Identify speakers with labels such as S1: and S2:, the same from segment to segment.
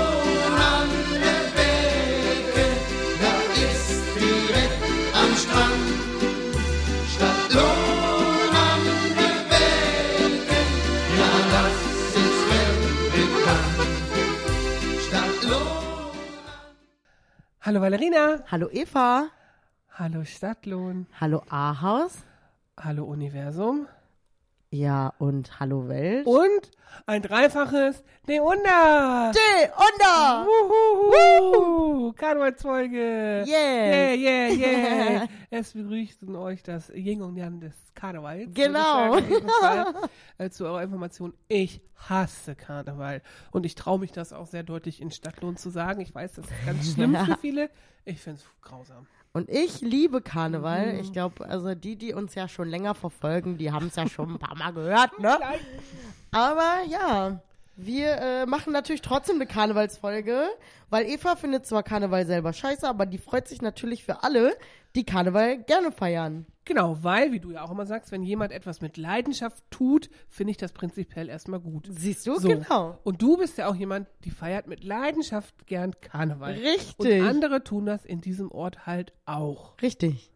S1: Lohnende Berge, da ist direkt am Strand. Statt lohnende Berge, ja, das ist weltbekannt. Statt Lohn
S2: Hallo Valerina.
S3: Hallo Eva.
S2: Hallo Stadtlohn.
S3: Hallo A-Haus.
S2: Hallo Universum.
S3: Ja, und hallo Welt.
S2: Und ein dreifaches Neunda.
S3: und da.
S2: Wuhu! Karnevalsfolge. Yeah,
S3: Yeah.
S2: yeah, yeah. es begrüßen euch das Yin und Yang des Karnevals. würde ich
S3: Genau.
S2: sagen, auf jeden Fall. Äh, Zu eurer Information, ich hasse Karneval. Und ich traue mich das auch sehr deutlich in Stadtlohn zu sagen. Ich weiß, das ist ganz schlimm für viele. Ich finde es grausam.
S3: Und ich liebe Karneval.
S2: Mhm.
S3: Ich glaube, also die, die uns ja schon länger verfolgen, die haben es ja schon ein paar Mal gehört, ne? Aber ja, wir äh, machen natürlich trotzdem eine Karnevalsfolge, weil Eva findet zwar Karneval selber scheiße, aber die freut sich natürlich für alle, die Karneval gerne feiern.
S2: Genau, weil, wie du ja auch immer sagst, wenn jemand etwas mit Leidenschaft tut, finde ich das prinzipiell erstmal gut.
S3: Siehst du? Genau.
S2: Und du bist ja auch jemand, die feiert mit Leidenschaft gern Karneval.
S3: Richtig.
S2: Und andere tun das in diesem Ort halt auch.
S3: Richtig.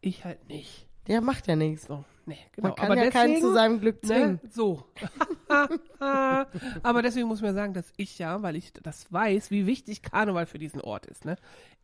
S2: Ich halt nicht.
S3: Der macht ja nichts.
S2: So, nee, genau.
S3: Man kann
S2: Aber
S3: ja
S2: deswegen,
S3: keinen zu seinem Glück zwingen.
S2: Ne, so. Aber deswegen muss man sagen, dass ich ja, weil ich das weiß, wie wichtig Karneval für diesen Ort ist, ne?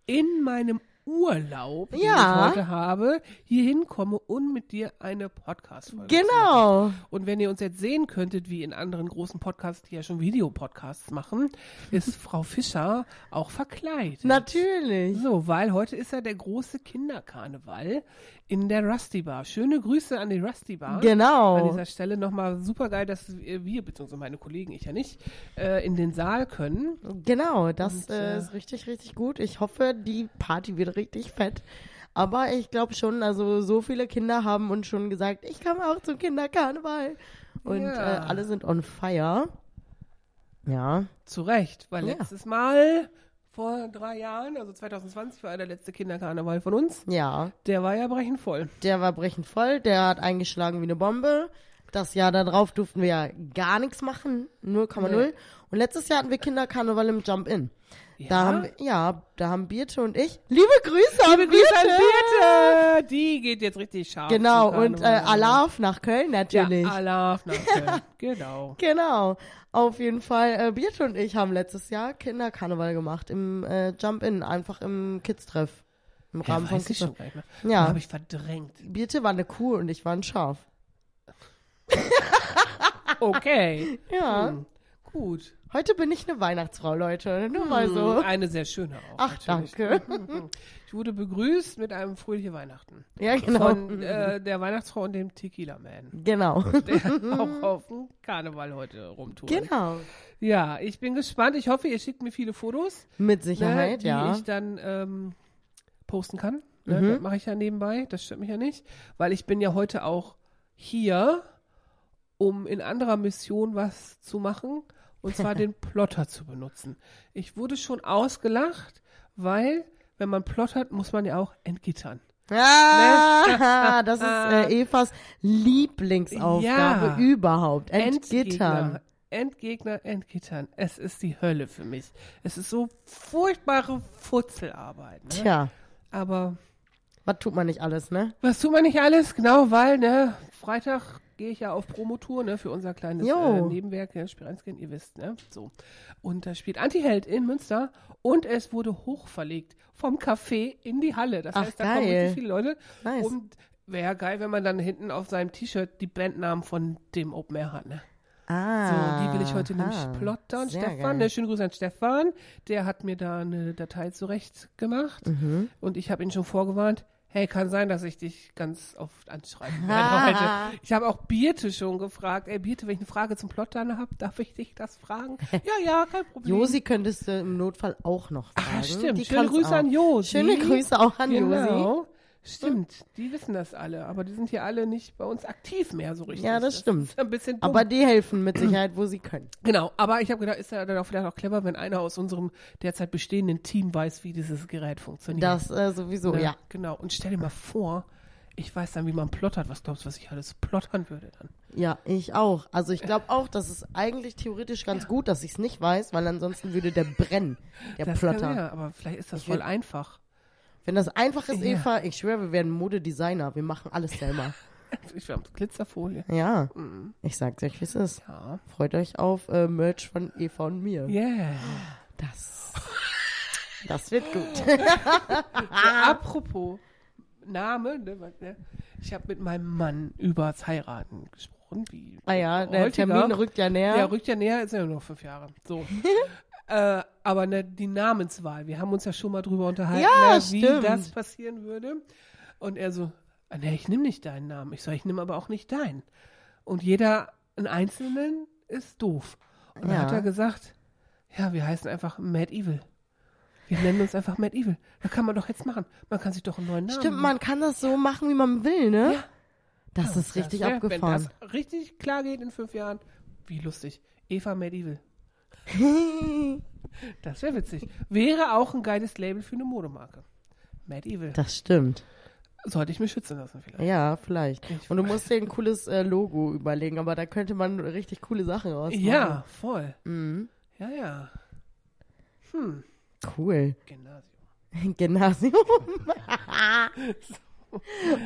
S2: In meinem Urlaub, den
S3: Ja.
S2: ich heute habe, hier hinkomme und mit dir eine Podcast-Folge zu machen.
S3: Genau.
S2: Und wenn ihr uns jetzt sehen könntet, wie in anderen großen Podcasts, die ja schon Videopodcasts machen, ist Frau Fischer auch verkleidet.
S3: Natürlich.
S2: So, weil heute ist ja der große Kinderkarneval in der Rusty Bar. Schöne Grüße an die Rusty Bar. An
S3: Genau.
S2: dieser Stelle nochmal super geil, dass wir, beziehungsweise meine Kollegen, ich ja nicht, äh, in den Saal können.
S3: Genau, das
S2: Und, äh,
S3: äh, ist richtig, richtig gut. Ich hoffe, die Party wird richtig fett. Aber ich glaube schon, also so viele Kinder haben uns schon gesagt, ich komme auch zum Kinderkarneval. Und
S2: Ja.
S3: äh, alle sind on fire. Ja,
S2: Zu Recht, weil
S3: Oh Ja.
S2: letztes Mal vor drei Jahren, also 2020 war der letzte Kinderkarneval von uns,
S3: ja.
S2: der war ja brechend voll.
S3: Der war brechend voll, der hat eingeschlagen wie eine Bombe. Das Jahr darauf durften wir ja gar nichts machen, 0,0.
S2: Nee.
S3: Und letztes Jahr hatten wir Kinderkarneval im Jump-In.
S2: Ja?
S3: Da haben wir, ja, da haben Birte und ich. Liebe Grüße an Liebe
S2: Grüße an Birte! Die geht jetzt richtig scharf.
S3: Genau,
S2: zum
S3: und äh,
S2: Karneval.
S3: Alaf nach Köln natürlich.
S2: Ja, Alaf nach Köln. genau.
S3: genau. Auf jeden Fall, äh, Birte und ich haben letztes Jahr Kinderkarneval gemacht im äh, Jump-In, einfach im Kids-Treff. Im
S2: Ja,
S3: Rahmen von
S2: weiß ich
S3: Kids-Treff.
S2: schon gar nicht mehr.
S3: Ja.
S2: Habe ich verdrängt.
S3: Birte war eine Kuh und ich war ein Schaf.
S2: Okay.
S3: Ja.
S2: Hm. Gut.
S3: Heute bin ich eine Weihnachtsfrau, Leute. Nur mal so.
S2: Eine sehr schöne auch.
S3: Also. Ach,
S2: Hm. natürlich.
S3: danke.
S2: Ich wurde begrüßt mit einem fröhliche Weihnachten.
S3: Ja, genau.
S2: Von äh, der Weihnachtsfrau und dem Tequila-Man,
S3: genau.
S2: der auch auf dem Karneval heute rumtut.
S3: genau.
S2: Ja, ich bin gespannt. Ich hoffe, ihr schickt mir viele Fotos,
S3: Mit
S2: ne,
S3: Sicherheit,
S2: die
S3: ja. Mhm.
S2: ich dann ähm, posten kann. Ne, Das mache ich ja nebenbei, das stört mich ja nicht. Weil ich bin ja heute auch hier, um in anderer Mission was zu machen. Und zwar den Plotter zu benutzen. Ich wurde schon ausgelacht, weil, wenn man plottert, muss man ja auch entgittern.
S3: Ah, das ist äh, Evas Lieblingsaufgabe
S2: Ja. ne?
S3: überhaupt. Entgittern.
S2: Endgegner, Endgittern. Es ist die Hölle für mich. Es ist so furchtbare Futzelarbeit. Ne?
S3: Tja,
S2: Aber
S3: was tut man nicht alles, ne?
S2: was tut man nicht alles? Genau, weil, ne, Freitag gehe ich ja auf Promotour, ne, für unser kleines äh,
S3: Jo.
S2: Nebenwerk, ne, Spirenskin, ihr wisst, ne, so. Und da spielt Antiheld in Münster und es wurde hochverlegt vom Café in die Halle. Das
S3: Ach,
S2: heißt, da kommen
S3: geil.
S2: richtig viele Leute.
S3: Nice.
S2: Und wäre ja geil, wenn man dann hinten auf seinem T-Shirt die Bandnamen von dem Open Air hat, ne. So,
S3: Ah.
S2: die will ich heute
S3: aha.
S2: nämlich plottern.
S3: Sehr
S2: Stefan,
S3: geil.
S2: ne, schönen Grüße an Stefan. Der hat mir da eine Datei zurecht gemacht
S3: Mhm.
S2: und ich habe ihn schon vorgewarnt. Hey, kann sein, dass ich dich ganz oft anschreiben werde heute. Ich habe auch Birte schon gefragt. Ey, Birte, wenn ich eine Frage zum Plottern habe, darf ich dich das fragen? Ja, ja, kein Problem.
S3: Josi könntest du im Notfall auch noch sagen.
S2: Ah, stimmt.
S3: Die
S2: Schöne
S3: kann's
S2: Grüße
S3: auch.
S2: an Josi.
S3: Schöne Grüße auch an Josi. Hm?
S2: genau. Stimmt, die wissen das alle, aber die sind hier alle nicht bei uns aktiv mehr so richtig.
S3: Ja, das stimmt.
S2: Ist ein bisschen dumm.
S3: Aber die helfen mit Sicherheit, wo sie können.
S2: Genau, aber ich habe gedacht, ist ja dann auch vielleicht auch clever, wenn einer aus unserem derzeit bestehenden Team weiß, wie dieses Gerät funktioniert.
S3: Das äh, sowieso,
S2: Ne?
S3: ja.
S2: Genau. Und stell dir mal vor, Ich weiß dann, wie man plottert. Was glaubst du, was ich alles plottern würde dann?
S3: Ja, ich auch. Also ich glaube auch, das ist eigentlich theoretisch ganz gut, dass ich es nicht weiß, weil ansonsten würde der brennen, der
S2: das
S3: Plotter.
S2: Kann, ja, aber vielleicht ist das
S3: Ich
S2: voll
S3: würd-
S2: einfach.
S3: Wenn das einfach ist,
S2: Ja.
S3: Eva, ich schwöre, wir werden Modedesigner. Wir machen alles selber.
S2: Ich habe Glitzerfolie.
S3: ja,
S2: Mm.
S3: ich sag's euch, wie es ist.
S2: Ja.
S3: Freut euch auf äh, Merch von Eva und mir.
S2: Yeah.
S3: Das. Das wird gut. Ah.
S2: Ja, apropos Name, ne, was, ne? ich habe mit meinem Mann übers Heiraten gesprochen. Wie
S3: Ah ja, der
S2: heutiger.
S3: Termin rückt ja näher.
S2: Der rückt ja näher, ist ja nur noch fünf Jahre. So. äh, aber ne, die Namenswahl, wir haben uns ja schon mal drüber unterhalten,
S3: Ja,
S2: ne, wie
S3: stimmt.
S2: das passieren würde. Und er so, ah, ne, ich nehme nicht deinen Namen. Ich sage, ich nehme aber auch nicht deinen. Und jeder, einen Einzelnen, ist doof. Und dann
S3: Ja.
S2: hat er gesagt, ja, wir heißen einfach Mad Evil. Wir nennen uns einfach Mad Evil. Da kann man doch jetzt machen. Man kann sich doch einen neuen Namen
S3: Stimmt, man kann das so machen, wie man will, ne?
S2: Ja.
S3: Das ist richtig
S2: wär,
S3: abgefahren.
S2: Wenn das richtig klar geht in fünf Jahren, wie lustig. Eva Mad Evil. Das wäre witzig. Wäre auch ein geiles Label für eine Modemarke. Mad Evil.
S3: Das stimmt.
S2: Sollte ich mir schützen lassen vielleicht.
S3: Ja, vielleicht.
S2: Ich-
S3: Und du musst dir ein cooles äh, Logo überlegen, aber da könnte man richtig coole Sachen rausmachen.
S2: Ja, voll.
S3: Mhm.
S2: Ja, ja.
S3: Cool.
S2: Gymnasium.
S3: Gymnasium.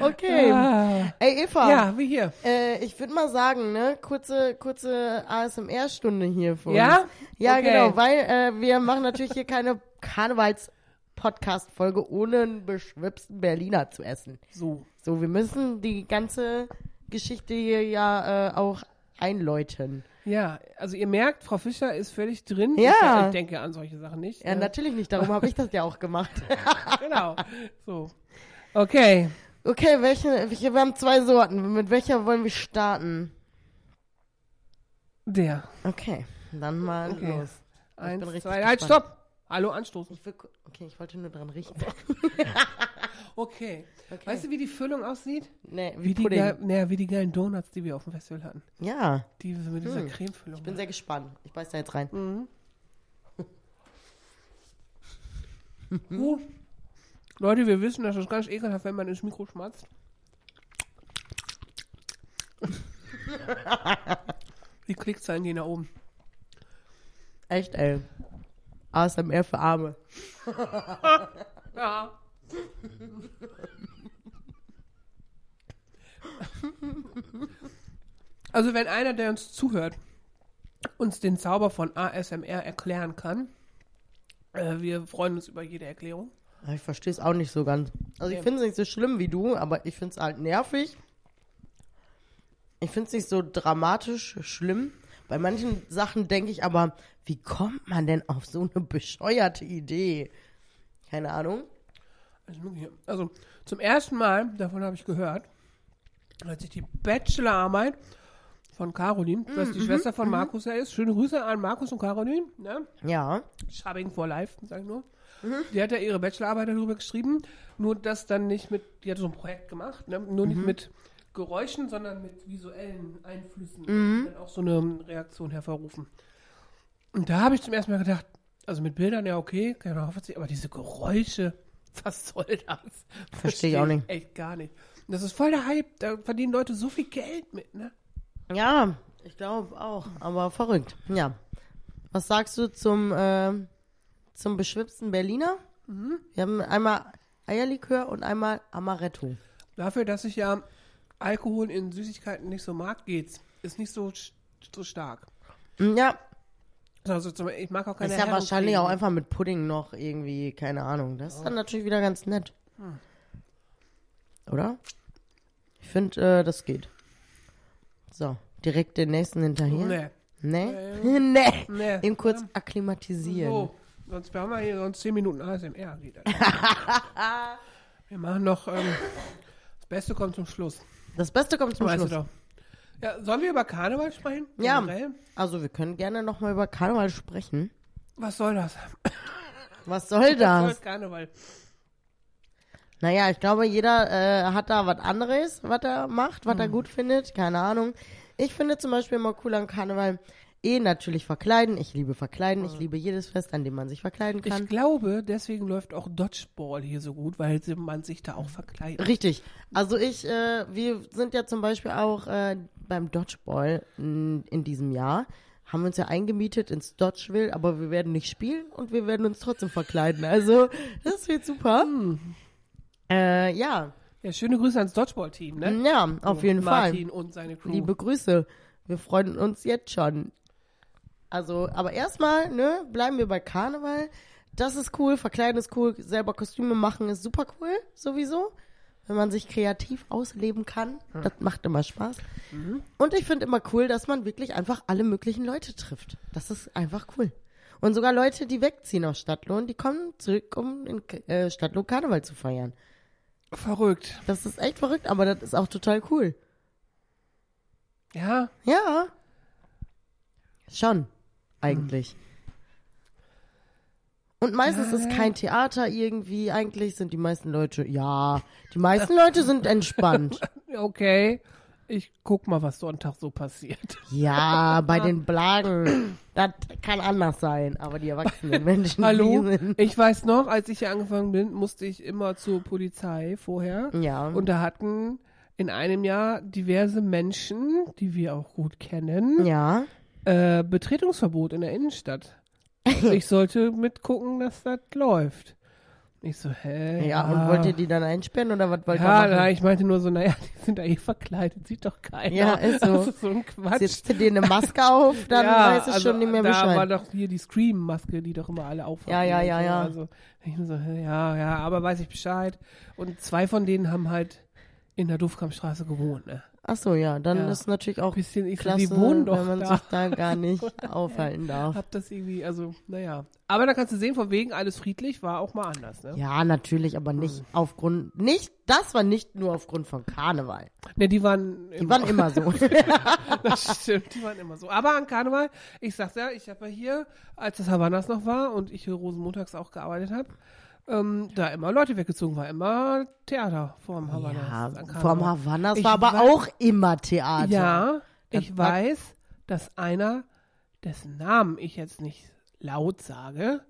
S3: okay.
S2: Ah.
S3: Ey, Eva.
S2: Ja, wie hier.
S3: Äh, ich würde mal sagen, ne, kurze, kurze ASMR-Stunde hier für
S2: Ja?
S3: uns. Ja,
S2: Okay.
S3: genau, weil äh, wir machen natürlich hier keine Karnevals-Podcast-Folge ohne einen beschwipsten Berliner zu essen.
S2: So.
S3: So, wir müssen die ganze Geschichte hier ja äh, auch einläuten.
S2: Ja, also ihr merkt, Frau Fischer ist völlig drin.
S3: Ja.
S2: Ich, ich denke an solche Sachen nicht. ne?
S3: Ja, natürlich nicht, darum habe ich das ja auch gemacht.
S2: Genau. So. Okay.
S3: Okay, welche, welche, wir haben zwei Sorten. Mit welcher wollen wir starten?
S2: Der.
S3: Okay, dann mal
S2: Okay.
S3: los. bin
S2: Eins,
S3: richtig
S2: zwei, halt,
S3: gespannt.
S2: stopp. Hallo, anstoßen.
S3: Ich will, gu- okay, ich wollte nur dran riechen.
S2: Okay.
S3: Okay.
S2: Weißt du, wie die Füllung aussieht?
S3: Nee, wie,
S2: Wie die,
S3: Pudding.
S2: ge- naja, wie die geilen Donuts, die wir auf dem Festival hatten.
S3: ja.
S2: Die mit dieser
S3: Hm.
S2: Cremefüllung.
S3: Ich bin sehr gespannt. Ich beiß da jetzt rein.
S2: Uh. Leute, wir wissen, das ist ganz ekelhaft, wenn man ins Mikro schmatzt. Die Klickzahlen gehen nach oben.
S3: Echt, ey. ASMR für Arme.
S2: Ja. Also wenn einer, der uns zuhört, uns den Zauber von ASMR erklären kann, äh, wir freuen uns über jede Erklärung.
S3: Aber Ich verstehe es auch nicht so ganz. Also ich
S2: Ja.
S3: finde es nicht so schlimm wie du, aber ich finde es halt nervig. Ich finde es nicht so dramatisch schlimm. Bei manchen Sachen denke ich aber, wie kommt man denn auf so eine bescheuerte Idee? Keine Ahnung.
S2: Alles Mögliche. Also zum ersten Mal, davon habe ich gehört, als ich die Bachelorarbeit von Caroline, was die Schwester von Markus ja ist, schöne Grüße an Markus und Caroline, ne?
S3: Ja.
S2: Schubbing for Life, sag ich nur.
S3: Mhm.
S2: Die hat ja ihre Bachelorarbeit darüber geschrieben, nur das dann nicht mit, die hat so ein Projekt gemacht, ne? nur
S3: Mhm.
S2: nicht mit Geräuschen, sondern mit visuellen Einflüssen
S3: Mhm.
S2: die dann auch so eine Reaktion hervorrufen. Und da habe ich zum ersten Mal gedacht, also mit Bildern ja okay, kann man nachvollziehen, aber diese Geräusche, was soll das?
S3: Verstehe ich auch nicht.
S2: Echt gar nicht. Und das ist voll der Hype, da verdienen Leute so viel Geld mit, ne?
S3: Ja, ich glaube auch. Aber verrückt. Ja. Was sagst du zum, ähm, zum beschwipsten Berliner? Wir haben einmal Eierlikör und einmal Amaretto.
S2: Dafür, dass ich ja Alkohol in Süßigkeiten nicht so mag, geht's. Ist nicht so, sch- so stark.
S3: Hm, Ja,
S2: Also zum, ich mag auch keine
S3: ist ja wahrscheinlich auch
S2: Herrencreme.
S3: einfach mit Pudding noch irgendwie, keine Ahnung. Das
S2: Oh.
S3: ist dann natürlich wieder ganz nett.
S2: Ah.
S3: Oder? Ich finde, äh, das geht. So, direkt den nächsten hinterher. Nee.
S2: Nee.
S3: Nee? nee.
S2: Nee.
S3: Eben kurz akklimatisieren.
S2: So, sonst wir haben wir hier sonst 10 Minuten ASMR wieder. wir machen noch, ähm, das Beste kommt zum Schluss.
S3: Das Beste kommt zum
S2: Weißt du
S3: Schluss.
S2: doch. Ja, sollen wir über Karneval sprechen?
S3: Ja,
S2: Generell?
S3: also wir können gerne nochmal über Karneval sprechen.
S2: Was soll das?
S3: Was soll
S2: Was
S3: das?
S2: soll Karneval?
S3: Naja, ich glaube, jeder äh, hat da was
S2: Hm.
S3: anderes, was er macht, was er gut findet. Keine Ahnung. Ich finde zum Beispiel immer cool an Karneval, eh natürlich verkleiden. Ich liebe verkleiden. Ich liebe jedes Fest, an dem man sich verkleiden kann.
S2: Hm. Ich glaube, deswegen läuft auch Dodgeball hier so gut, weil sie- man sich da auch verkleidet.
S3: Richtig. Also ich, äh, wir sind ja zum Beispiel auch äh, beim Dodgeball in, in diesem Jahr. Haben wir uns ja eingemietet ins Dodgeville, aber wir werden nicht spielen und wir werden uns trotzdem verkleiden. Also das wird super.
S2: Hm.
S3: Äh, ja,
S2: Ja, schöne Grüße ans Dodgeball-Team, ne?
S3: ja, auf jeden
S2: Martin und seine Crew.
S3: Fall. Liebe Grüße. Wir freuen uns jetzt schon. Also, aber erstmal, ne, bleiben wir bei Karneval. Das ist cool, verkleiden ist cool, selber Kostüme machen ist super cool, sowieso. Wenn man sich kreativ ausleben kann, das macht immer Spaß. Und ich finde immer cool, dass man wirklich einfach alle möglichen Leute trifft. Das ist einfach cool. Und sogar Leute, die wegziehen aus Stadtlohn, die kommen zurück, um in K- äh, Stadtlohn Karneval zu feiern.
S2: Verrückt.
S3: Das ist echt verrückt, aber das ist auch total cool.
S2: Ja,
S3: Ja. Schon, eigentlich. Und meistens ist kein Theater irgendwie. Eigentlich sind die meisten Leute, ja, die meisten Leute sind entspannt.
S2: okay. Ich guck mal, was Sonntag so passiert.
S3: Ja, bei den Blagen, das kann anders sein. Aber die erwachsenen Menschen,
S2: Hallo?
S3: die sind.
S2: Ich weiß noch, als ich hier angefangen bin, musste ich immer zur Polizei vorher.
S3: Ja.
S2: Und da hatten in einem Jahr diverse Menschen, die wir auch gut kennen,
S3: Ja.
S2: äh, Betretungsverbot in der Innenstadt. Also ich sollte mitgucken, dass das läuft. Ich so, hä?
S3: Ja, und wollt ihr die dann einsperren oder was wollt ihr
S2: Ja,
S3: machen?
S2: na, ich meinte nur so, naja, die sind da eh verkleidet, sieht doch keiner.
S3: Ja, ist so.
S2: Das ist so ein Quatsch.
S3: Setzt ihr dir eine Maske auf, dann
S2: ja,
S3: weiß ich
S2: also
S3: schon nicht mehr
S2: da
S3: Bescheid.
S2: war doch hier die Scream-Maske, die doch immer alle aufhaben.
S3: Ja, ja, ja,
S2: und so.
S3: ja.
S2: Also, ich nur so, hä, ja, ja, aber weiß ich Bescheid. Und zwei von denen haben halt in der Dufkampfstraße gewohnt, ne?
S3: Ach so, ja, dann
S2: Ja.
S3: ist natürlich auch
S2: Bisschen, ich so,
S3: klasse,
S2: die wohnen doch
S3: wenn man
S2: da.
S3: sich da gar nicht aufhalten darf.
S2: Hab das irgendwie, also, naja. Aber da kannst du sehen, von wegen alles friedlich, war auch mal anders, ne?
S3: Ja, natürlich, aber
S2: Hm.
S3: nicht aufgrund, nicht, das war nicht nur aufgrund von Karneval.
S2: Ne, die waren
S3: Die waren immer so.
S2: Das stimmt, die waren immer so. Aber an Karneval, ich sag's ja, ich habe ja hier, als das Havanas noch war und ich hier Rosenmontags auch gearbeitet habe, ähm, da immer Leute weggezogen war, immer Theater vorm Havanas.
S3: ja,
S2: an Karneval.
S3: vom Havanas
S2: Ich
S3: war aber
S2: wei-
S3: auch immer Theater.
S2: Ja, ich
S3: Das-
S2: weiß, dass einer, dessen Namen ich jetzt nicht laut sage,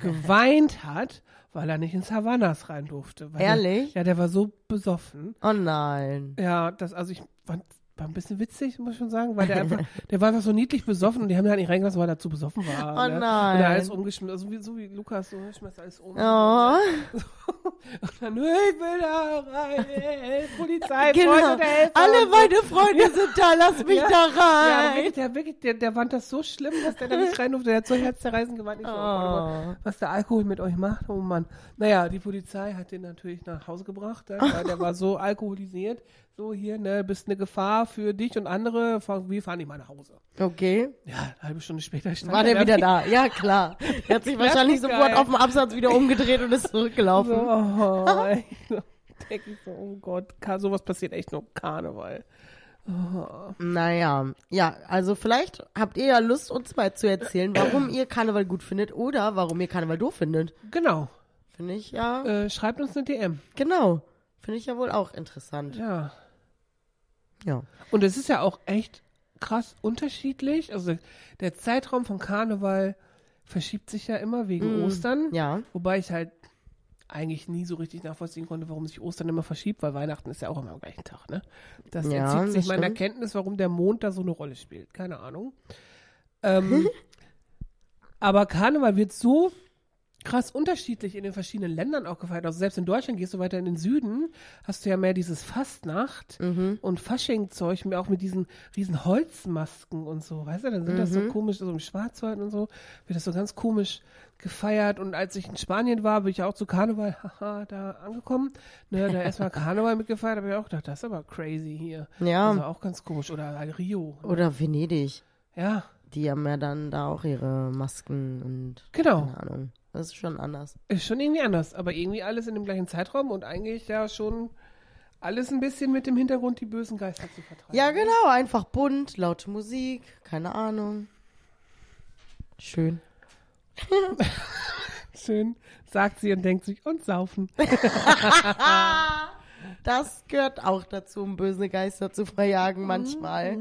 S2: geweint hat, weil er nicht ins Havanas rein durfte. Weil
S3: Ehrlich?
S2: Der, ja, der war so besoffen.
S3: Oh nein.
S2: Ja, das, also ich fand, war ein bisschen witzig, muss ich schon sagen, weil der einfach, der war einfach so niedlich besoffen und die haben ihn halt nicht reingelassen, weil er zu besoffen war.
S3: Oh
S2: ne?
S3: nein.
S2: Und er alles umgeschmissen, also wie, so wie Lukas, so schmeißt alles um.
S3: Oh,
S2: Und dann, hey, ich will da rein, ey, Polizei,
S3: genau.
S2: Freunde, der Helfer.
S3: Alle meine Freunde sind da, lass mich
S2: Ja.
S3: da
S2: ja, aber
S3: rein.
S2: wirklich, der, wirklich, der, der fand das so schlimm, dass der da nicht rein durfte. Der hat so herzzerreißend geweint. Ich so, oh Gott, oh Gott, was der Alkohol mit euch macht, oh Mann. Naja, die Polizei hat den natürlich nach Hause gebracht, dann, weil der war so alkoholisiert. So hier, ne, bist eine Gefahr für dich und andere. Fahr, wir fahren nicht mal nach Hause.
S3: okay,
S2: Ja, eine halbe Stunde später stand
S3: war der
S2: da
S3: wieder da. Ja, klar. Er hat sich wahrscheinlich
S2: so
S3: sofort
S2: geil.
S3: auf dem Absatz wieder umgedreht und ist
S2: So,
S3: zurückgelaufen.
S2: oh, ich so, denk ich so, oh Gott, Kar- sowas passiert echt nur im Karneval.
S3: Naja, ja, also vielleicht habt ihr ja Lust, uns mal zu erzählen, warum ihr Karneval gut findet oder warum ihr Karneval doof findet.
S2: Genau.
S3: Finde ich ja,
S2: Äh, schreibt uns eine DM.
S3: genau. Finde ich ja wohl auch interessant.
S2: Ja.
S3: Ja.
S2: Und es ist ja auch echt krass unterschiedlich. Also der Zeitraum von Karneval verschiebt sich ja immer wegen Ostern.
S3: Hm, Mm, Ja.
S2: Wobei ich halt eigentlich nie so richtig nachvollziehen konnte, warum sich Ostern immer verschiebt, weil Weihnachten ist ja auch immer am gleichen Tag, ne? Das
S3: Ja,
S2: entzieht sich
S3: das
S2: meiner
S3: stimmt.
S2: Kenntnis, warum der Mond da so eine Rolle spielt. Keine Ahnung. Ähm, aber Karneval wird so krass unterschiedlich in den verschiedenen Ländern auch gefeiert. Also selbst in Deutschland gehst du weiter in den Süden, hast du ja mehr dieses Fastnacht und Fasching-Zeug, mir auch mit diesen riesen Holzmasken und so, weißt du, dann sind das so komisch, so im Schwarzwald und so, wird das so ganz komisch gefeiert und als ich in Spanien war, bin ich ja auch zu Karneval, haha, da angekommen, ne, da erstmal Karneval mitgefeiert, habe ich auch gedacht, das ist aber crazy hier.
S3: Ja.
S2: Also auch ganz komisch, oder halt Rio,
S3: Oder Venedig.
S2: ja,
S3: Die haben ja dann da auch ihre Masken und
S2: genau.
S3: keine Ahnung. Das ist schon anders.
S2: Ist schon irgendwie anders, aber irgendwie alles in dem gleichen Zeitraum und eigentlich ja schon alles ein bisschen mit dem Hintergrund, die bösen Geister zu vertreiben.
S3: Ja, genau. Einfach bunt, laute Musik, keine Ahnung. Schön.
S2: Schön, sagt sie und denkt sich, und saufen.
S3: Das gehört auch dazu, um böse Geister zu verjagen manchmal.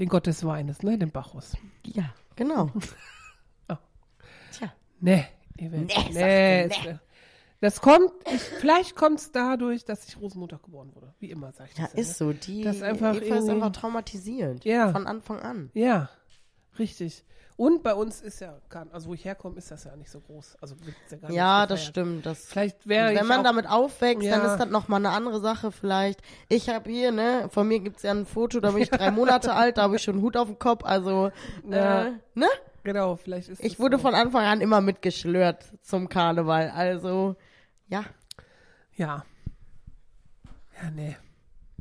S2: den Gott des Weines, ne? Den Bacchus.
S3: Ja, genau.
S2: Oh.
S3: Tja.
S2: Ne, ihr werdet.
S3: Nee,
S2: Nee,
S3: sagst du,
S2: ist- Das kommt, ich, vielleicht kommt es dadurch, dass ich Rosenmontag geboren wurde. Wie immer, sag ich
S3: Ja,
S2: das. ne?
S3: ist so. Die
S2: Das ist einfach
S3: Eva ist
S2: irgendwie-
S3: einfach traumatisiert.
S2: Ja.
S3: Von Anfang an.
S2: Ja, richtig. Und bei uns ist ja, kann, also wo ich herkomme, ist das ja nicht so groß. Also wird's ja, gar nicht
S3: Ja, das
S2: gefeiert.
S3: stimmt. Das
S2: Vielleicht wäre ich
S3: Wenn man
S2: auch,
S3: damit aufwächst, dann
S2: Ja.
S3: ist das nochmal eine andere Sache vielleicht. Ich habe hier, ne, von mir gibt's ja ein Foto, da bin ich drei Monate alt, da habe ich schon einen Hut auf dem Kopf, also, äh,
S2: Ja.
S3: ne?
S2: genau, vielleicht ist
S3: Ich
S2: es
S3: wurde
S2: so.
S3: von Anfang an immer mitgeschlört zum Karneval, also, ja.
S2: Ja. Ja, nee.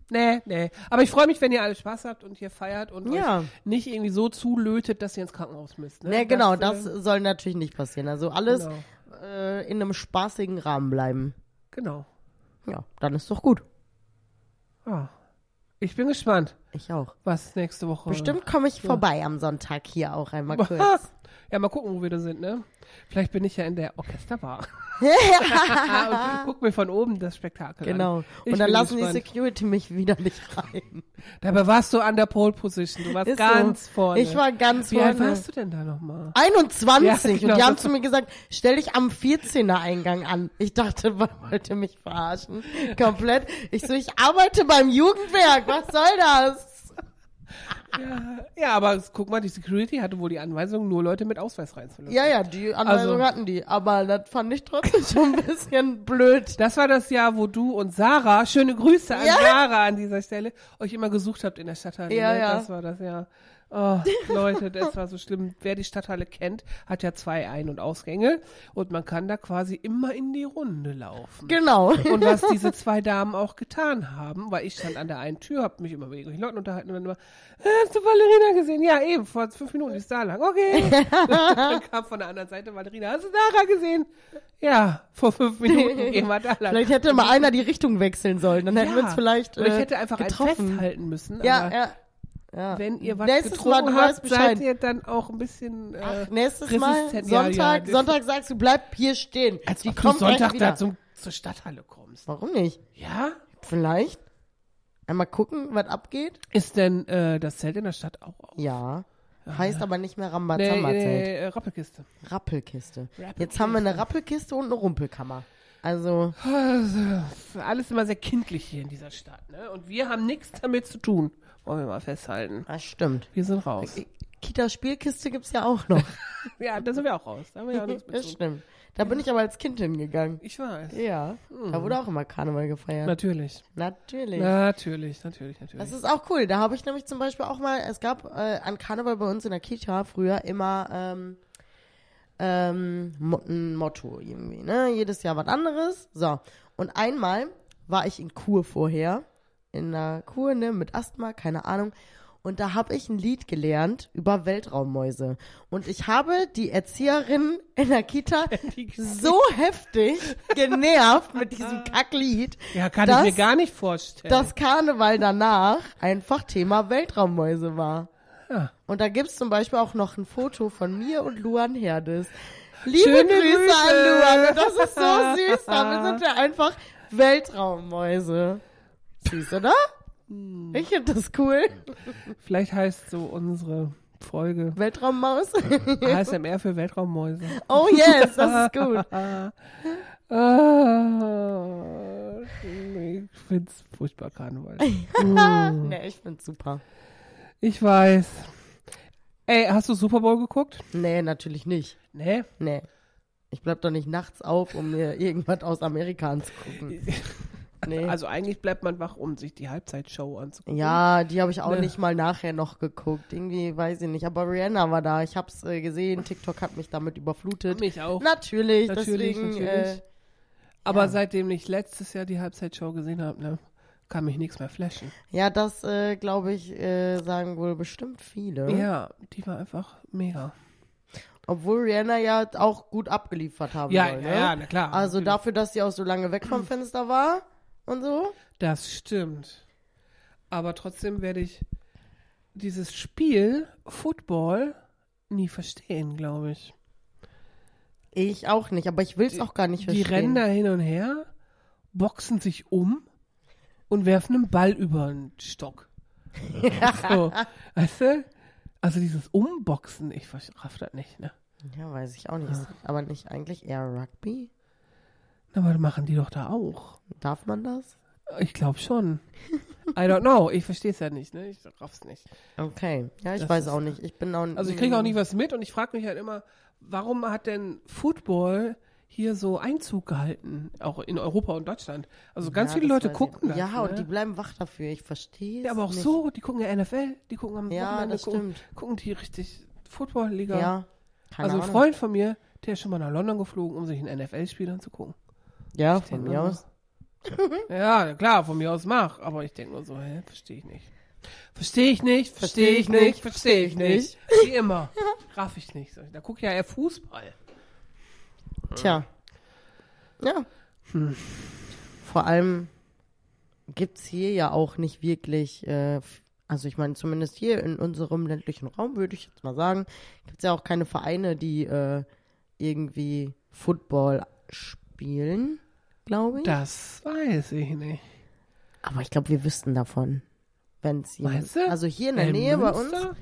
S2: Nee, nee. Aber ich freue mich, wenn ihr alle Spaß habt und hier feiert und
S3: Ja.
S2: euch nicht irgendwie so zulötet, dass ihr ins Krankenhaus müsst. Ne,
S3: Ne, genau, das,
S2: äh,
S3: soll natürlich nicht passieren. Also alles
S2: Genau.
S3: äh, in einem spaßigen Rahmen bleiben.
S2: genau.
S3: Ja, dann ist doch gut.
S2: Ah. Ich bin gespannt,
S3: Ich auch.
S2: was nächste Woche.
S3: Bestimmt komme ich vorbei am Sonntag hier auch einmal kurz.
S2: Ja, mal gucken, wo wir da sind, ne? Vielleicht bin ich ja in der Orchesterbar. und guck mir von oben das Spektakel
S3: Genau.
S2: an. Ich
S3: Und dann
S2: bin
S3: lassen die
S2: gespannt.
S3: Security mich wieder nicht rein.
S2: Dabei warst du an der Pole Position. Du warst
S3: Ist so.
S2: ganz vorne.
S3: Ich war ganz
S2: Wie alt
S3: vorne.
S2: warst du denn da nochmal?
S3: 21
S2: Ja,
S3: und die
S2: genau.
S3: haben zu mir gesagt, stell dich am 14er Eingang an. Ich dachte, man wollte mich verarschen. Komplett. Ich so, ich arbeite beim Jugendwerk. Was soll das?
S2: Ja, aber guck mal, die Security hatte wohl die Anweisung, nur Leute mit Ausweis reinzulassen.
S3: Ja, ja, die Anweisung
S2: Also-
S3: hatten die. Aber das fand ich trotzdem schon ein bisschen blöd.
S2: Das war das Jahr, wo du und Sarah, schöne Grüße an
S3: Ja.
S2: Sarah an dieser Stelle, euch immer gesucht habt in der Stadthalle.
S3: Ja,
S2: ne?
S3: ja.
S2: Das war das Jahr. Oh, Leute, das war so schlimm. Wer die Stadthalle kennt, hat ja zwei Ein- und Ausgänge und man kann da quasi immer in die Runde laufen.
S3: Genau.
S2: Und was diese zwei Damen auch getan haben, weil ich stand an der einen Tür, habe mich immer mit irgendwelchen Leuten unterhalten und dann immer, äh, hast du Valerina gesehen? Ja, eben, vor fünf Minuten ist da lang. Okay. dann kam von der anderen Seite Valerina, hast du Sarah gesehen? Ja, vor fünf Minuten gehen wir da lang.
S3: Vielleicht hätte mal einer die Richtung wechseln sollen. Dann hätten wir uns vielleicht.
S2: Oder ich
S3: äh,
S2: hätte einfach ein
S3: getroffen.
S2: festhalten müssen.
S3: Ja,
S2: aber äh,
S3: ja. ja.
S2: Wenn ihr was
S3: Nächstes Mal,
S2: getrunken
S3: du weißt
S2: habt,
S3: Bescheid.
S2: seid ihr dann auch ein bisschen äh,
S3: Ach, nächstes Mal
S2: resistent.
S3: Sonntag,
S2: ja, genau. ja.
S3: Sonntag sagst du, bleib hier stehen.
S2: Als
S3: Die
S2: ob du
S3: kommt
S2: Sonntag
S3: gleich wieder.
S2: da zum, zur Stadthalle kommst.
S3: Warum nicht?
S2: Ja?
S3: Vielleicht. Einmal gucken, was abgeht.
S2: Ist denn äh, das Zelt in der Stadt auch auf?
S3: Ja. Heißt aber nicht mehr
S2: Nee,
S3: Rambazamba-Zelt.
S2: nee, äh, Rappelkiste.
S3: Rappelkiste. Jetzt
S2: Rappelkiste.
S3: haben wir eine Rappelkiste und eine Rumpelkammer. Also,
S2: Also, ist alles immer sehr kindlich hier in dieser Stadt, ne? Und wir haben nichts damit zu tun. Wollen wir mal festhalten.
S3: das stimmt.
S2: Wir sind raus.
S3: Kita-Spielkiste gibt's ja auch noch.
S2: Ja, da sind wir auch raus. Da haben wir ja auch nichts mit
S3: das
S2: zu tun.
S3: stimmt. Da bin ich aber als Kind hingegangen.
S2: Ich weiß.
S3: Ja. Da wurde auch immer Karneval gefeiert.
S2: Natürlich.
S3: Natürlich.
S2: Natürlich, natürlich, natürlich.
S3: Das ist auch cool. Da habe ich nämlich zum Beispiel auch mal, es gab äh, an Karneval bei uns in der Kita früher immer ähm, ähm, Mo ein Motto irgendwie, ne? Jedes Jahr was anderes. So. Und einmal war ich in Kur vorher. In einer Kur, ne? Mit Asthma, keine Ahnung. Und da habe ich ein Lied gelernt über Weltraummäuse. Und ich habe die Erzieherin in der Kita so heftig genervt mit diesem Kacklied.
S2: ja, kann
S3: das-
S2: ich mir gar nicht vorstellen.
S3: dass Karneval danach einfach Thema Weltraummäuse war.
S2: Ja.
S3: Und da gibt's zum Beispiel auch noch ein Foto von mir und Luan Herdes. Liebe
S2: Schöne
S3: Grüße,
S2: Grüße.
S3: an Luan. Das ist so süß. Damit sind wir einfach Weltraummäuse. Süß, oder?
S2: Hm.
S3: Ich finde das cool.
S2: Vielleicht heißt so unsere Folge
S3: Weltraummaus.
S2: ASMR für Weltraummäuse.
S3: Oh yes, das ist gut.
S2: Ah, ich find's furchtbar Karneval. Uh.
S3: Nee, ich find's super.
S2: Ich weiß. Ey, hast du Super Bowl geguckt?
S3: Nee, natürlich nicht.
S2: Nee.
S3: Nee. Ich bleib doch nicht nachts auf, um mir irgendwas aus Amerika anzugucken. Nee.
S2: Also eigentlich bleibt man wach, um sich die Halbzeitshow anzugucken.
S3: Ja, die habe ich auch
S2: Ne.
S3: nicht mal nachher noch geguckt. Irgendwie weiß ich nicht. Aber Rihanna war da. Ich hab's äh, gesehen. TikTok hat mich damit überflutet.
S2: Mich auch.
S3: Natürlich,
S2: Natürlich,
S3: deswegen.
S2: natürlich.
S3: Äh,
S2: Aber
S3: ja.
S2: seitdem ich letztes Jahr die Halbzeitshow gesehen habe, ne, kann mich nichts mehr flashen.
S3: ja, das äh, glaube ich, äh, sagen wohl bestimmt viele.
S2: Ja, die war einfach mega.
S3: Obwohl Rihanna ja auch gut abgeliefert haben
S2: Ja,
S3: soll.
S2: ja,
S3: ne?
S2: ja, na klar.
S3: Also
S2: natürlich.
S3: dafür, dass sie auch so lange weg vom Fenster war und so.
S2: Das stimmt. Aber trotzdem werde ich dieses Spiel Football nie verstehen, glaube ich.
S3: Ich auch nicht, aber ich will's auch gar nicht
S2: Die
S3: verstehen.
S2: rennen da hin und her, boxen sich um und werfen einen Ball über den Stock. so, weißt du? Also dieses Umboxen, ich ver- raff das nicht, ne?
S3: Ja, weiß ich auch nicht. Ist Aber nicht eigentlich eher Rugby?
S2: Na, aber machen die doch da auch.
S3: Darf man das?
S2: Ich glaube schon. I don't know. Ich verstehe es ja nicht, ne? Ich raff's nicht.
S3: Okay. Ja, ich
S2: Das
S3: weiß
S2: ist-
S3: auch nicht. Ich bin auch
S2: Also ich kriege auch nie was mit und ich frage mich halt immer, warum hat denn Football hier so Einzug gehalten, auch in Europa und Deutschland? Also ganz
S3: Ja,
S2: viele
S3: das
S2: Leute
S3: weiß ich.
S2: gucken das.
S3: Ja,
S2: ne?
S3: und die bleiben wach dafür. Ich verstehe
S2: Ja, aber auch
S3: nicht.
S2: so, die gucken ja NFL, die gucken am
S3: Ja,
S2: Wochenende,
S3: das
S2: gucken,
S3: stimmt.
S2: gucken die richtig Football-Liga.
S3: Ja. Keine
S2: also ein
S3: Ahnung.
S2: Freund von mir, der ist schon mal nach London geflogen, um sich ein NFL-Spiel anzugucken.
S3: Ja,
S2: Ich denk
S3: von mir
S2: nur so-
S3: aus.
S2: Ja, klar, von mir aus mach, aber ich denke nur so, hä, verstehe ich nicht. Verstehe ich nicht, verstehe
S3: Versteh
S2: ich
S3: ich
S2: nicht,
S3: nicht,
S2: verstehe ich
S3: versteh ich
S2: nicht. Wie immer. Raff ich nicht. So, Da guckt ja eher Fußball.
S3: Hm. Tja. Ja.
S2: Hm.
S3: Vor allem gibt es hier ja auch nicht wirklich, äh, f- also ich meine, zumindest hier in unserem ländlichen Raum, würde ich jetzt mal sagen, gibt es ja auch keine Vereine, die äh, irgendwie Football spielen, glaube ich.
S2: Das weiß ich nicht.
S3: Aber ich glaube, wir wüssten davon. Wenn's hier,
S2: Meinst du?
S3: Also hier in der
S2: Äh,
S3: Nähe bei
S2: Münster?
S3: uns.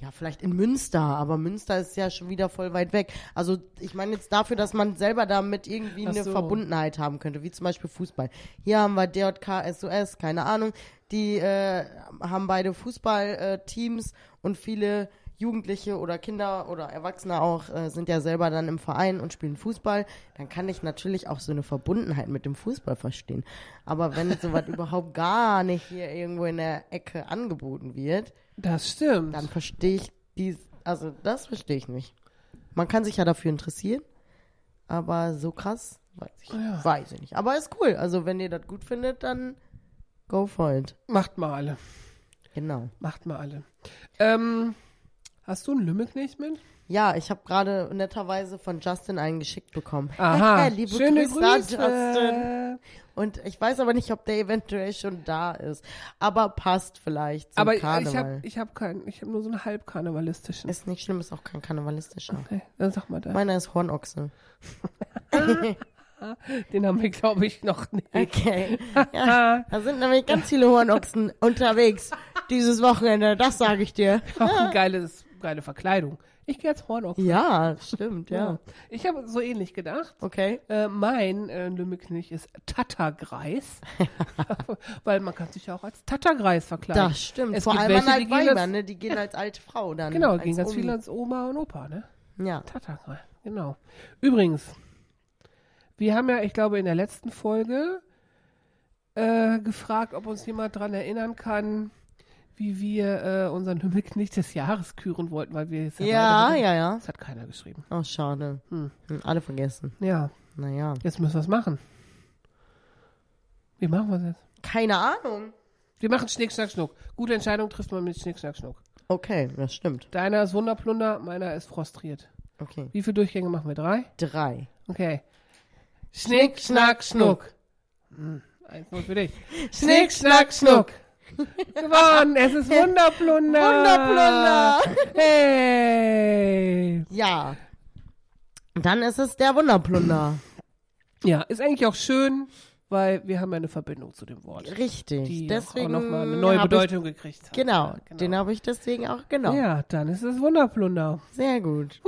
S3: Ja, vielleicht in Münster, aber Münster ist ja schon wieder voll weit weg. Also ich meine jetzt dafür, dass man selber damit irgendwie
S2: Ach
S3: eine
S2: so.
S3: Verbundenheit haben könnte, wie zum Beispiel Fußball. Hier haben wir DJK, SOS, keine Ahnung. Die äh, haben beide Fußballteams und viele Jugendliche oder Kinder oder Erwachsene auch äh, sind ja selber dann im Verein und spielen Fußball. Dann kann ich natürlich auch so eine Verbundenheit mit dem Fußball verstehen. Aber wenn sowas überhaupt gar nicht hier irgendwo in der Ecke angeboten wird,
S2: Das stimmt.
S3: dann verstehe ich dies, also das verstehe ich nicht. Man kann sich ja dafür interessieren, aber so krass, weiß ich,
S2: Ja.
S3: weiß ich nicht. Aber ist cool. Also wenn ihr das gut findet, dann go for it.
S2: Macht mal alle.
S3: Genau.
S2: Macht mal alle. Ähm, hast du einen Lümmelknecht mit?
S3: Ja, ich habe gerade netterweise von Justin einen geschickt bekommen.
S2: Aha.
S3: Liebe
S2: Schöne
S3: Grüße,
S2: Grüße.
S3: Justin. Und ich weiß aber nicht, ob der eventuell schon da ist. Aber passt vielleicht zum
S2: Aber ich
S3: Karneval.
S2: habe ich hab keinen, ich habe nur so einen halbkarnevalistischen.
S3: ist nicht schlimm, ist auch kein karnevalistischer.
S2: Okay, dann sag mal da.
S3: Meiner ist Hornochse.
S2: Den haben wir, glaube ich, noch nicht.
S3: Äh, Okay. Ja, da sind nämlich ganz viele Hornochsen unterwegs dieses Wochenende, das sage ich dir.
S2: Auch ein geiles, geile Verkleidung. Ich gehe als Hornochse.
S3: Ja, stimmt, ja.
S2: Ich habe so ähnlich gedacht.
S3: Okay.
S2: Äh, mein äh, Lümmeknecht ist Tattergreis, weil man kann sich ja auch als Tattergreis verkleiden.
S3: Das stimmt.
S2: Es
S3: Vor
S2: gibt
S3: allem
S2: welche,
S3: an
S2: die
S3: halt
S2: gehen
S3: Weiber,
S2: als-
S3: ne? Die gehen als alte Frau dann.
S2: Genau,
S3: als
S2: gehen ganz
S3: Omi.
S2: viele als Oma und Opa, ne?
S3: Ja.
S2: Tattergreis, genau. Übrigens, wir haben ja, ich glaube, in der letzten Folge äh, gefragt, ob uns jemand daran erinnern kann, wie wir äh, unseren Lümmeknecht des Jahres küren wollten, weil wir es
S3: Ja,
S2: beide-
S3: ja, ja.
S2: Das hat keiner geschrieben.
S3: Oh, schade.
S2: Hm.
S3: Hm, Alle vergessen.
S2: Ja,
S3: Naja.
S2: jetzt müssen wir es machen. Wie machen wir es jetzt?
S3: Keine Ahnung.
S2: Wir machen Schnick, Schnack, Schnuck. Gute Entscheidung trifft man mit Schnick, Schnack, Schnuck.
S3: Okay, das stimmt.
S2: Deiner ist Wunderplunder, meiner ist frustriert.
S3: Okay.
S2: Wie viele Durchgänge machen wir? Drei?
S3: Drei.
S2: Okay. Schnick, Schnack, Schnuck. Hm, eins nur für dich. Schnick, Schnack, Schnuck. Gewonnen, es ist Wunderplunder. Ah.
S3: Wunderplunder.
S2: Hey.
S3: Ja. Dann ist es der Wunderplunder.
S2: Ja, ist eigentlich auch schön, weil wir haben ja eine Verbindung zu dem Wort.
S3: Richtig.
S2: Die
S3: deswegen
S2: auch nochmal eine neue
S3: hab ich-
S2: Bedeutung gekriegt hat.
S3: Genau,
S2: Ja,
S3: den habe ich deswegen auch genommen.
S2: Ja, dann ist es Wunderplunder.
S3: Sehr gut.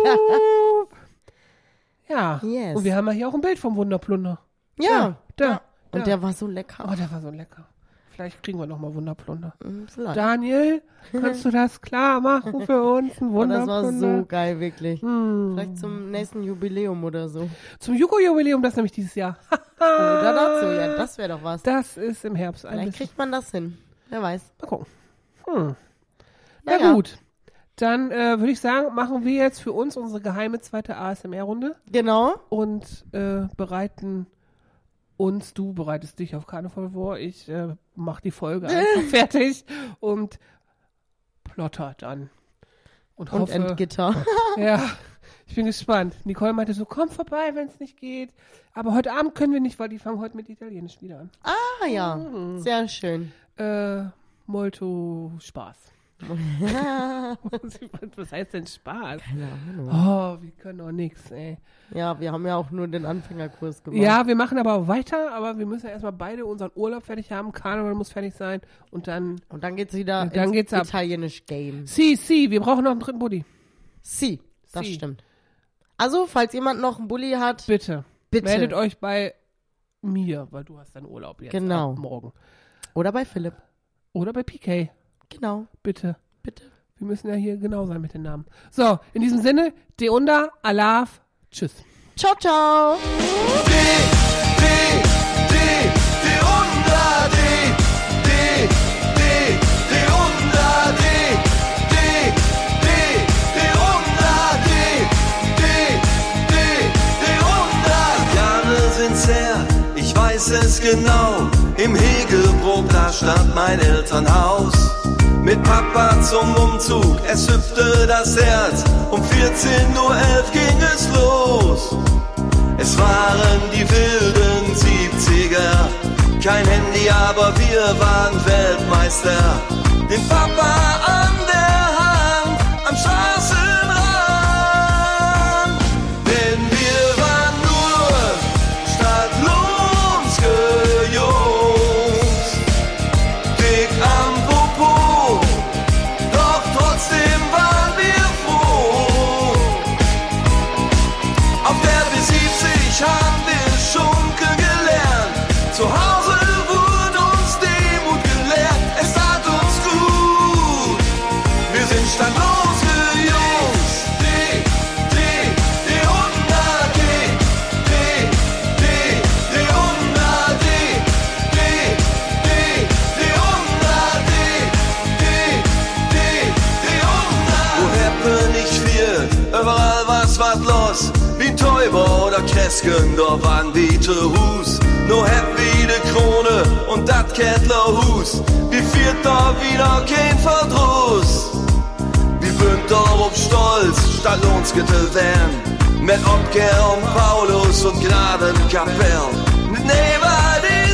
S2: Ja.
S3: Yes.
S2: Und wir haben ja hier auch ein Bild vom Wunderplunder.
S3: Ja.
S2: Da.
S3: Und
S2: da.
S3: der war so
S2: oh,
S3: lecker.
S2: der war so lecker. Vielleicht kriegen wir nochmal Wunderplunder.
S3: Hm, Vielleicht.
S2: Daniel, kannst du das klar machen für uns? Ein
S3: Oh, das war so
S2: Wunderplunder.
S3: geil, wirklich.
S2: Hm.
S3: Vielleicht zum nächsten Jubiläum oder so.
S2: Zum Juko-Jubiläum, das nämlich dieses Jahr.
S3: Oder dazu, ja, das wäre doch was.
S2: Das Ah. ist im Herbst. Ein
S3: Vielleicht
S2: bisschen.
S3: kriegt man das hin. Wer weiß.
S2: Mal gucken. Hm. Na
S3: Naja.
S2: gut. Dann äh, würde ich sagen, machen wir jetzt für uns unsere geheime zweite ASMR-Runde.
S3: Genau.
S2: und äh, bereiten uns, du bereitest dich auf Karneval vor, ich äh, mach die Folge einfach fertig und plotter dann. Und
S3: Und
S2: hoffe,
S3: Endgitter.
S2: ja, ich bin gespannt. Nicole meinte so, komm vorbei, wenn es nicht geht. Aber heute Abend können wir nicht, weil die fangen heute mit Italienisch wieder an.
S3: Ah ja, sehr schön.
S2: Äh, molto Spaß. Was heißt denn Spaß?
S3: Keine Ahnung.
S2: Oh, wir können doch nichts, ey.
S3: Ja, wir haben ja auch nur den Anfängerkurs gemacht.
S2: Ja, wir machen aber weiter, aber wir müssen ja erstmal beide unseren Urlaub fertig haben. Karneval muss fertig sein und dann.
S3: Und dann geht's wieder
S2: Und dann
S3: ins
S2: geht's ab.
S3: italienisch Game.
S2: Sie, sie, wir brauchen noch einen dritten Buddy.
S3: Sie, das
S2: Sie.
S3: stimmt. Also, falls jemand noch einen Bulli hat,
S2: Bitte.
S3: Bitte.
S2: Meldet euch bei mir, weil du hast dann Urlaub jetzt
S3: Genau.
S2: ab morgen.
S3: oder bei Philipp.
S2: Oder bei PK.
S3: Genau,
S2: Bitte.
S3: bitte.
S2: Wir müssen ja hier genau sein mit den Namen. So, in diesem Sinne, Deunda, Alaf, tschüss.
S3: Ciao, ciao.
S4: Organe sind sehr, ich weiß es genau. Im Hegelbrook, da stand mein Elternhaus. Mit Papa zum Umzug, es hüpfte das Herz. Um 14.11 Uhr ging es los. Es waren die wilden 70er. Kein Handy, aber wir waren Weltmeister. Den Papa an der Hand, am Straßenrand. Denn wir waren nur stadtlohmske Jungs. Dick am Popo, doch trotzdem waren wir froh. Auf der B70 haben wir Schunke gelernt. Zu Hause wurde uns Demut gelehrt. Es tat uns gut. Wir sind standlose Jungs. D, D, D, Honda, D, D, D, D, Honda, D, D, D, D, Honda, D, D, D, D, Honda. Woher bin ich viel? Überall was was los. Wie Täuber oder Kreskendorf an Hus. No happy de ne Krone und dat Kettlerhus. Wie viert da wieder kein Verdruss. Wir sind darauf stolz, Stallonsgittel werden. Mit Opke und Paulus und Graden Kapell. Mit Neva, die